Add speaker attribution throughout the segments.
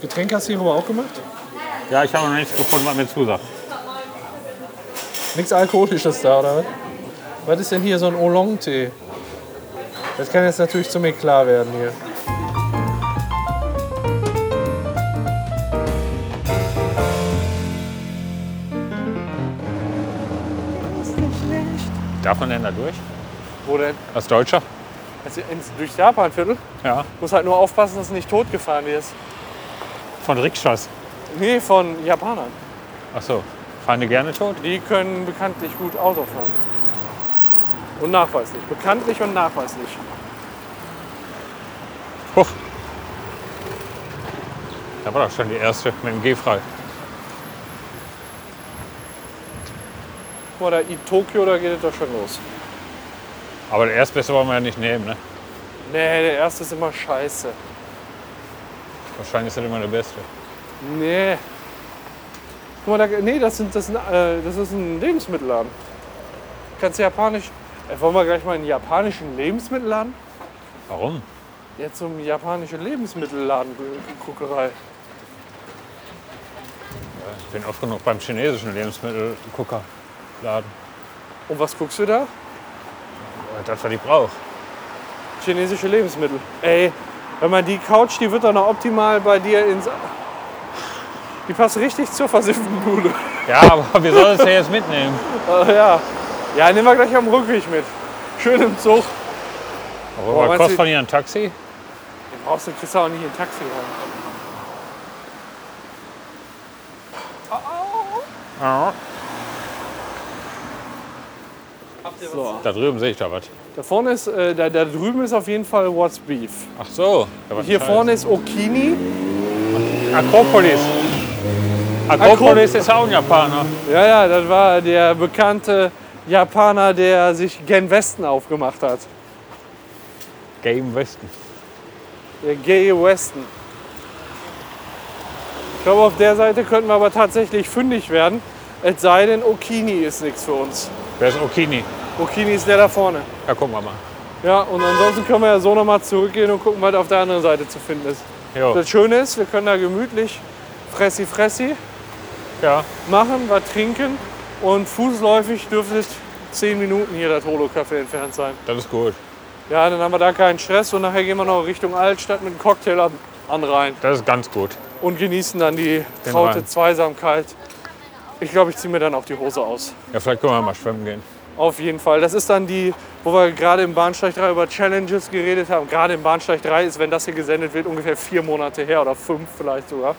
Speaker 1: Getränke hast du hierüber auch gemacht?
Speaker 2: Ja, ich habe noch nichts gefunden, was mir zusagt.
Speaker 1: Nichts Alkoholisches da, oder was? Was ist denn hier so ein Oolong-Tee? Das kann jetzt natürlich zu mir klar werden hier.
Speaker 2: Darf man denn da durch?
Speaker 3: Wo denn?
Speaker 2: Als Deutscher?
Speaker 3: Also ins, durch Japanviertel.
Speaker 2: Ja.
Speaker 3: Muss halt nur aufpassen, dass du nicht totgefahren wirst.
Speaker 2: Von Rikschas.
Speaker 3: Nee, von Japanern.
Speaker 2: Ach so. Fahren die gerne tot?
Speaker 3: Die können bekanntlich gut Auto fahren. Und nachweislich. Bekanntlich und nachweislich.
Speaker 2: Huch. Da war doch schon die erste mit dem G-Frei.
Speaker 3: Guck mal, da in Tokio, da geht es doch schon los.
Speaker 2: Aber der Erstbeste wollen wir ja nicht nehmen, ne?
Speaker 3: Nee, der erste ist immer scheiße.
Speaker 2: Wahrscheinlich ist das immer der Beste.
Speaker 3: Nee. Guck mal, da, nee, das, sind, das, sind, äh, das ist ein Lebensmittelladen. Kannst du japanisch. Äh, wollen wir gleich mal in einen japanischen Lebensmittelladen?
Speaker 2: Warum?
Speaker 3: Ja, zum japanischen Lebensmittelladen äh, Guckerei.
Speaker 2: Ich bin oft genug beim chinesischen Lebensmittelguckerladen.
Speaker 3: Und was guckst du da?
Speaker 2: Oh, Das, was ich brauche.
Speaker 3: Chinesische Lebensmittel. Ey, wenn man die Couch, die wird doch noch optimal bei dir ins. Die passt richtig zur versifften Bude.
Speaker 2: Ja, aber wir sollen es ja jetzt mitnehmen.
Speaker 3: Äh, ja. Ja, nehmen wir gleich am Rückweg mit. Schön im Zug.
Speaker 2: Aber
Speaker 3: meinst
Speaker 2: was kostet
Speaker 3: du-
Speaker 2: von hier ein Taxi?
Speaker 3: Den brauchst du kriegst du auch nicht in ein Taxi rein.
Speaker 2: Ja.
Speaker 3: So.
Speaker 2: Da drüben sehe ich da was.
Speaker 3: Da vorne ist, äh, da, da drüben ist auf jeden Fall What's Beef.
Speaker 2: Ach so. da war ein
Speaker 3: Hier
Speaker 2: Teil.
Speaker 3: vorne ist Okini.
Speaker 2: Akropolis. Akropolis ist auch ein Japaner.
Speaker 3: Ja, ja, das war der bekannte Japaner, der sich gen Westen aufgemacht hat.
Speaker 2: Game Westen.
Speaker 3: Der Gay Westen. Ich glaube, auf der Seite könnten wir aber tatsächlich fündig werden. Es sei denn, Okini ist nichts für uns.
Speaker 2: Wer ist Okini?
Speaker 3: Okini ist der da vorne.
Speaker 2: Ja, gucken wir mal.
Speaker 3: Ja, und ansonsten können wir ja so nochmal zurückgehen und gucken, was auf der anderen Seite zu finden ist.
Speaker 2: Jo.
Speaker 3: Das Schöne ist, wir können da gemütlich Fressi Fressi
Speaker 2: Ja.
Speaker 3: machen, was trinken und fußläufig dürfte es 10 Minuten hier das Holo-Café entfernt sein.
Speaker 2: Das ist gut.
Speaker 3: Ja, dann haben wir da keinen Stress und nachher gehen wir noch Richtung Altstadt mit einem Cocktail an, an Rhein
Speaker 2: Das ist ganz gut.
Speaker 3: und genießen dann die
Speaker 2: Den
Speaker 3: traute
Speaker 2: Rhein.
Speaker 3: Zweisamkeit. Ich glaube, ich ziehe mir dann auch die Hose aus.
Speaker 2: Ja, vielleicht können wir mal schwimmen gehen.
Speaker 3: Auf jeden Fall. Das ist dann die, wo wir gerade im Bahnsteig 3 über Challenges geredet haben. Gerade im Bahnsteig 3 ist, wenn das hier gesendet wird, ungefähr vier Monate her oder fünf vielleicht sogar.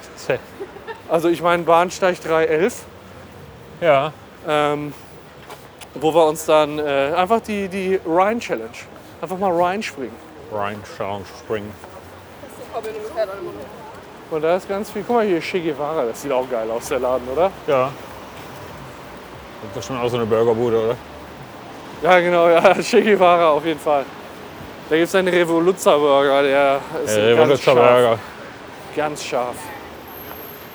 Speaker 3: Also ich meine Bahnsteig 311,
Speaker 2: Ja.
Speaker 3: ähm, wo wir uns dann äh, einfach die, die Rhein-Challenge, einfach mal Rhein springen.
Speaker 2: Rhein, Challenge, Spring.
Speaker 3: Und da ist ganz viel. Guck mal hier, Che Guevara, das sieht auch geil aus, der Laden, oder?
Speaker 2: Ja. Das ist bestimmt auch so eine Burgerbude, oder?
Speaker 3: Ja, genau, ja, Che Guevara auf jeden Fall. Da gibt es einen Revoluzzer-Burger, der ist
Speaker 2: Äh,
Speaker 3: ganz,
Speaker 2: Revolution
Speaker 3: scharf,
Speaker 2: Burger.
Speaker 3: ganz scharf.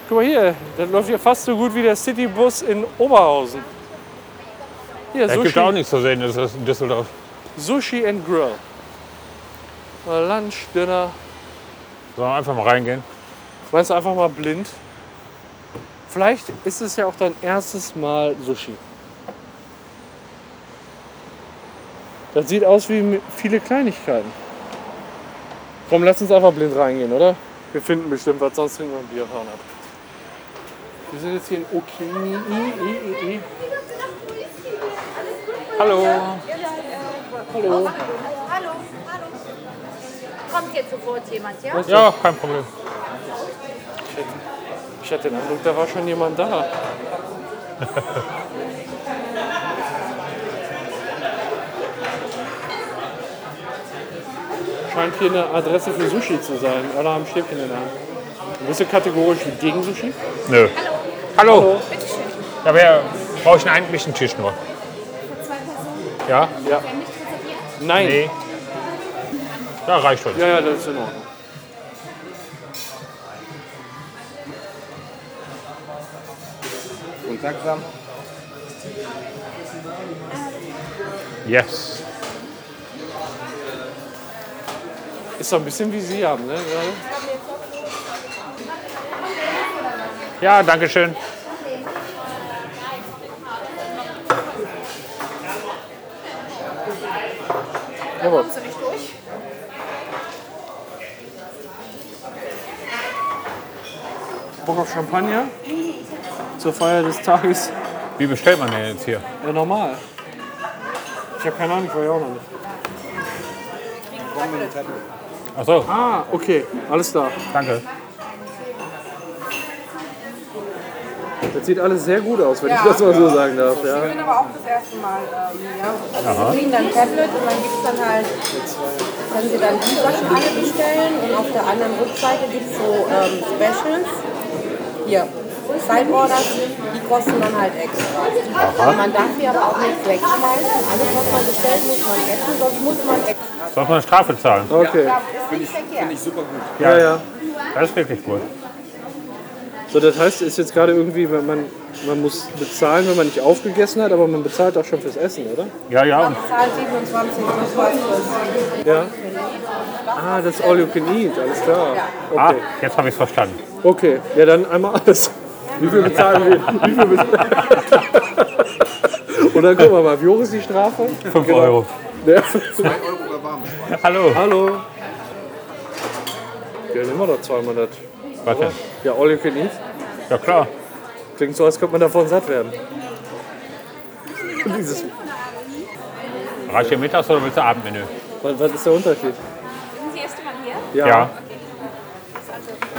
Speaker 3: Guck mal hier, das läuft hier fast so gut wie der Citybus in Oberhausen. Hier,
Speaker 2: Es gibt
Speaker 3: Sushi,
Speaker 2: auch nichts zu sehen, das ist in Düsseldorf.
Speaker 3: Sushi and Grill. Mal Lunch, Dinner.
Speaker 2: Sollen wir einfach mal reingehen?
Speaker 3: Meinst du einfach mal blind? Vielleicht ist es ja auch dein erstes Mal Sushi. Das sieht aus wie mi- viele Kleinigkeiten. Komm, lass uns einfach blind reingehen, oder? Wir finden bestimmt was, sonst trinken wir ein Bier fahren ab. Wir sind jetzt hier in Okini. I, I, I, I.
Speaker 2: Hallo.
Speaker 3: Hallo.
Speaker 4: Hallo, hallo. Kommt jetzt sofort jemand, ja?
Speaker 2: Ja, kein Problem.
Speaker 3: Ich hatte den Eindruck, da war schon jemand da. Scheint hier eine Adresse für Sushi zu sein. Alle haben Stäbchen in der Hand. Bist du kategorisch gegen Sushi?
Speaker 2: Nö. Hallo. Ja, wer brauche ich einen eigentlichen Tisch nur? Ja?
Speaker 3: Nein.
Speaker 2: Nee. Ja, reicht schon.
Speaker 3: Ja, ja, das ist in Ordnung.
Speaker 5: Guten Tag zusammen.
Speaker 2: Yes.
Speaker 3: Ist doch ein bisschen wie Sie haben, ne? gerade?
Speaker 2: Ja, danke schön.
Speaker 3: Jawohl.
Speaker 4: Kommst du nicht durch?
Speaker 3: Bock auf Champagner? Zur Feier des Tages?
Speaker 2: Wie bestellt man denn jetzt hier?
Speaker 3: Ja, normal. Ich habe keine Ahnung, ich war ja auch noch nicht.
Speaker 2: Ach so,
Speaker 3: Ah, okay, alles da.
Speaker 2: danke.
Speaker 3: Das sieht alles sehr gut aus, wenn ich das mal so sagen darf. Ja.
Speaker 5: Ich bin aber auch das erste Mal ähm, ja. Also sie kriegen dann ein Tablet und dann gibt es dann halt, können sie dann die Sachen alle bestellen und auf der anderen Rückseite gibt es so ähm, Specials. Hier, Side Orders, die kosten dann halt extra. Also Man darf hier aber auch nichts wegschmeißen. Alles, was man bestellt, muss man essen, sonst muss man extra.
Speaker 2: Soll man eine Strafe zahlen?
Speaker 3: Okay,
Speaker 5: Ist nicht verkehrt.
Speaker 3: ja, ja.
Speaker 2: Das ist wirklich gut.
Speaker 3: So, das heißt, es ist jetzt gerade irgendwie, wenn man, man muss bezahlen, wenn man nicht aufgegessen hat, aber man bezahlt auch schon fürs Essen, oder?
Speaker 2: Ja, ja, und
Speaker 5: Zahl 27, das weiß ich.
Speaker 3: Ja. Ah, das ist All You Can Eat, alles klar.
Speaker 2: ah,
Speaker 3: Okay,
Speaker 2: jetzt habe ich es verstanden.
Speaker 3: okay. ja dann einmal alles. Wie viel bezahlen wir? Wie viel bezahlen Und dann gucken wir mal, wie hoch ist die Strafe?
Speaker 2: 5 Euro.
Speaker 3: Ja.
Speaker 2: Genau. Hallo.
Speaker 3: Hallo. Ja, nehmen wir doch zweimal das.
Speaker 2: Warte.
Speaker 3: Ja, All You Can Eat.
Speaker 2: Ja klar.
Speaker 3: Klingt so, als könnte man davon satt werden. Dieses,
Speaker 2: Reicht dir mittags oder willst du Abendmenü?
Speaker 3: was, was ist der Unterschied?
Speaker 4: Sind Sie erste Mal hier?
Speaker 2: Ja.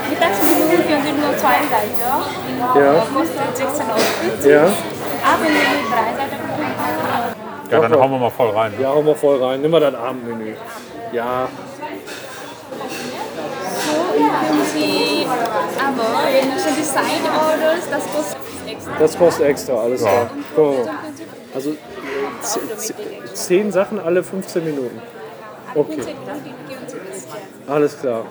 Speaker 4: Mittagsmenü sind nur zwei Seiten.
Speaker 3: Ja.
Speaker 4: Kostet 16 Euro.
Speaker 3: Ja.
Speaker 4: Abendmenü drei Seiten.
Speaker 2: Ja, dann hauen wir mal voll rein.
Speaker 3: Ja, hau mal voll rein. Nimm mal dein Abendmenü. Ja.
Speaker 4: Können Sie aber, wenn du schon die Side Orders, das kostet extra.
Speaker 3: Das kostet extra, alles klar. Guck mal. Also äh, ze- ze- zehn Sachen alle 15 Minuten. Okay, alles klar.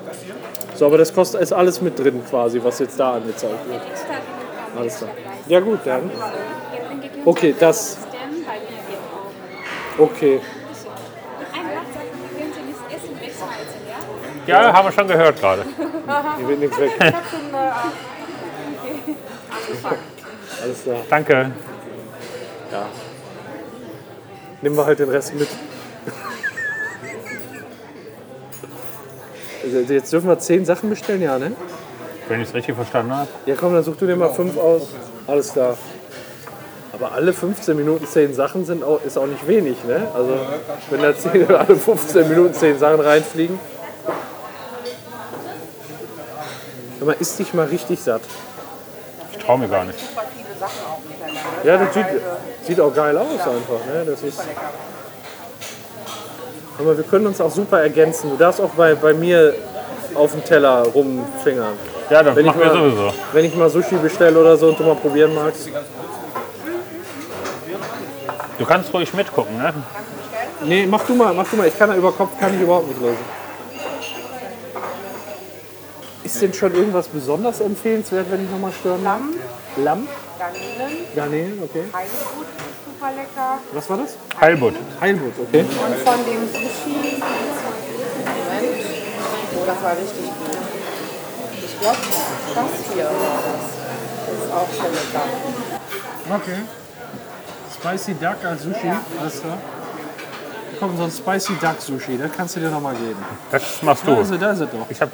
Speaker 3: So, aber das kostet ist alles mit drin quasi, was jetzt da angezeigt wird. Alles klar. Ja gut, dann. Okay, das. Okay.
Speaker 2: Ja, haben wir schon gehört gerade.
Speaker 3: Hier wird nichts weg. Alles klar.
Speaker 2: Danke.
Speaker 3: Nehmen wir halt den Rest mit. Also Jetzt dürfen wir zehn Sachen bestellen, ja, ne?
Speaker 2: Wenn ich es richtig verstanden habe.
Speaker 3: Ja, komm, dann such du dir mal fünf aus. Alles klar. Aber alle 15 Minuten 10 Sachen sind auch, ist auch nicht wenig, ne? Also, wenn da 10, oder alle 15 Minuten 10 Sachen reinfliegen. Sag mal, isst dich mal richtig satt.
Speaker 2: Ich traue mir gar nicht.
Speaker 3: Ja, das sieht, sieht auch geil aus einfach, ne? Das ist. Aber wir können uns auch super ergänzen. Du darfst auch bei, bei mir auf dem Teller rumfingern.
Speaker 2: Ja, das
Speaker 3: Wenn ich
Speaker 2: machen wir
Speaker 3: mal-
Speaker 2: sowieso.
Speaker 3: Wenn ich mal Sushi bestelle oder so und du mal probieren magst.
Speaker 2: Du kannst ruhig mitgucken, ne?
Speaker 3: Nee, mach du mal, mach du mal. Ich kann da über Kopf kann ich überhaupt nicht lesen. Ist denn schon irgendwas besonders empfehlenswert, wenn ich nochmal stören darf?
Speaker 5: Lamm,
Speaker 3: Lamm?
Speaker 5: Garnelen,
Speaker 3: Garnelen, okay.
Speaker 5: Heidegut, super lecker.
Speaker 3: Was war das?
Speaker 2: Heilbutt.
Speaker 3: Heilwurz, okay.
Speaker 5: Und von dem Sushi. Moment. Oh, das war richtig gut. Ich glaube, das hier war das. Das ist auch schon lecker.
Speaker 3: Okay. Spicy Duck als Sushi, alles klar. Komm, so ein Spicy Duck Sushi, das kannst du dir nochmal geben.
Speaker 2: Das machst
Speaker 3: Da ist
Speaker 2: du.
Speaker 3: er, da ist er doch.
Speaker 2: Ich habe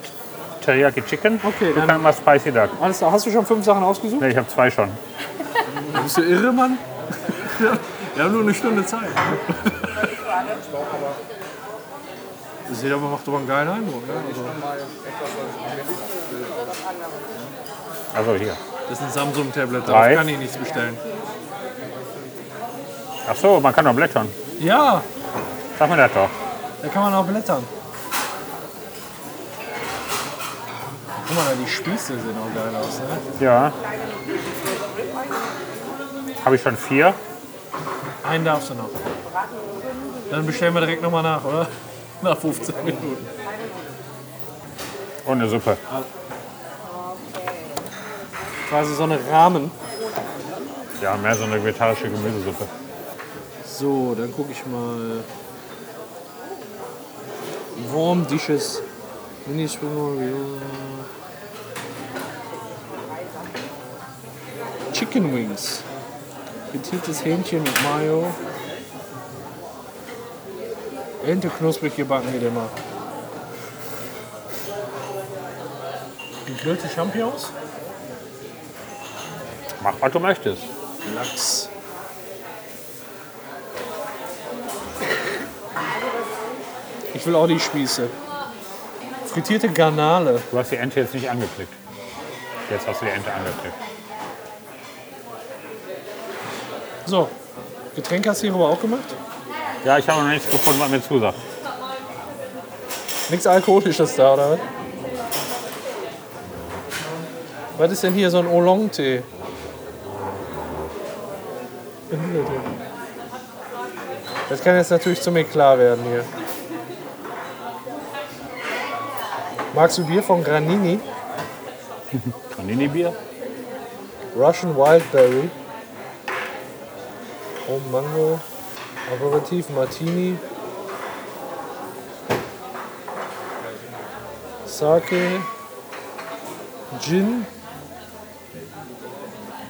Speaker 2: Teriyaki Chicken.
Speaker 3: Okay,
Speaker 2: du
Speaker 3: dann-
Speaker 2: kannst mal Spicy Duck.
Speaker 3: Alles klar, hast du schon fünf Sachen ausgesucht?
Speaker 2: Ne, ich habe zwei schon.
Speaker 3: Bist du irre, Mann? Wir haben nur eine Stunde Zeit. Das sieht aber macht aber einen geilen Eindruck. Ne?
Speaker 2: Also hier.
Speaker 3: Das ist ein Samsung-Tablet,
Speaker 2: Drei.
Speaker 3: darauf kann ich nichts bestellen.
Speaker 2: Ach so, man kann doch blättern.
Speaker 3: Ja,
Speaker 2: Sag mir das doch.
Speaker 3: da kann man auch blättern. Guck mal, da die Spieße sehen auch geil aus. Ne?
Speaker 2: Ja. Habe ich schon vier?
Speaker 3: Einen darfst du noch. Dann bestellen wir direkt nochmal nach, oder? Nach 15 Minuten.
Speaker 2: Und Oh, eine Suppe.
Speaker 3: Quasi so eine Rahmen.
Speaker 2: Ja, mehr so eine vegetarische Gemüsesuppe.
Speaker 3: So, dann gucke ich mal. Warm Dishes. Mini Spring Roll, ja. Chicken Wings. Gezieltes Hähnchen mit Mayo. Ente knusprig gebacken geht immer. Gegrillte Champignons.
Speaker 2: Mach, was du möchtest.
Speaker 3: Lachs. Ich will auch die Spieße. Frittierte Garnale.
Speaker 2: Du hast die Ente jetzt nicht angeklickt. Jetzt hast du die Ente angeklickt.
Speaker 3: So, Getränke hast du hierüber auch gemacht?
Speaker 2: Ja, ich habe noch nichts gefunden, was mir zusagt.
Speaker 3: Nichts Alkoholisches da, oder was? Was ist denn hier so ein Oolong-Tee? Das kann jetzt natürlich zu mir klar werden hier. Magst du Bier von Granini?
Speaker 2: Granini-Bier?
Speaker 3: Russian Wildberry. Rum Oh, Mango. Aperitif Martini. Sake. Gin.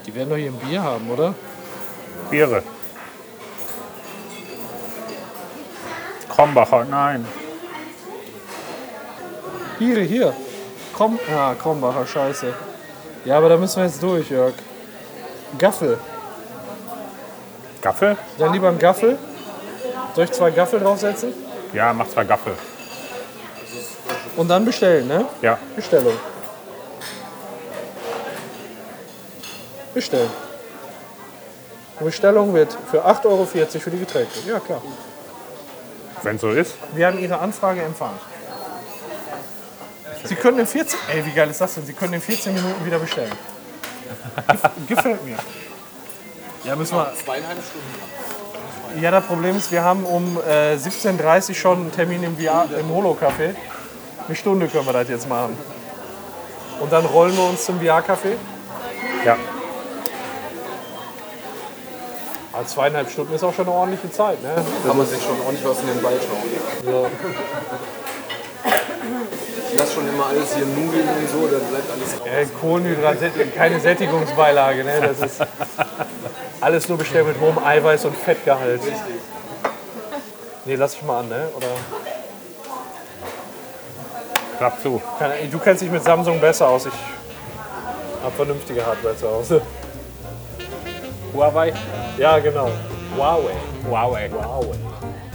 Speaker 3: Die werden doch hier ein Bier haben, oder?
Speaker 2: Biere. Krombacher, nein.
Speaker 3: Biere hier. Komm, ah, Krombacher, scheiße. Ja, aber da müssen wir jetzt durch, Jörg. Gaffel.
Speaker 2: Gaffel?
Speaker 3: Dann lieber ein Gaffel. Soll ich zwei Gaffel draufsetzen?
Speaker 2: Ja, mach zwei Gaffel.
Speaker 3: Und dann bestellen, ne?
Speaker 2: Ja.
Speaker 3: Bestellung. Bestellen. Die Bestellung wird für 8,40 Euro für die Getränke. Ja, klar.
Speaker 2: Wenn so ist.
Speaker 3: Wir haben Ihre Anfrage empfangen. Sie können in 14... Ey, wie geil ist das denn? Sie können in 14 Minuten wieder bestellen. Gef- Gefällt mir. Ja, müssen wir... Ja, das Problem ist, wir haben um äh, 17.30 Uhr schon einen Termin im, VR im Holo-Café. Eine Stunde können wir das jetzt machen. Und dann rollen wir uns zum VR-Café.
Speaker 2: Ja.
Speaker 3: Ah, zweieinhalb Stunden ist auch schon eine ordentliche Zeit, ne?
Speaker 6: kann man sich schon ordentlich was in den Ball schauen. Ich lasse schon immer alles hier Nudeln und so, dann bleibt alles raus.
Speaker 3: Ja, Kohlenhydrate, keine Sättigungsbeilage, ne? Das ist alles nur bestellt mit hohem Eiweiß und Fettgehalt. Nee, lass mich mal an, ne? Oder
Speaker 2: Klapp zu.
Speaker 3: Keine Ahnung, du kennst dich mit Samsung besser aus. Ich hab vernünftige Hardware zu Hause.
Speaker 2: Huawei?
Speaker 3: Ja, genau. Huawei.
Speaker 2: Huawei.
Speaker 3: Huawei.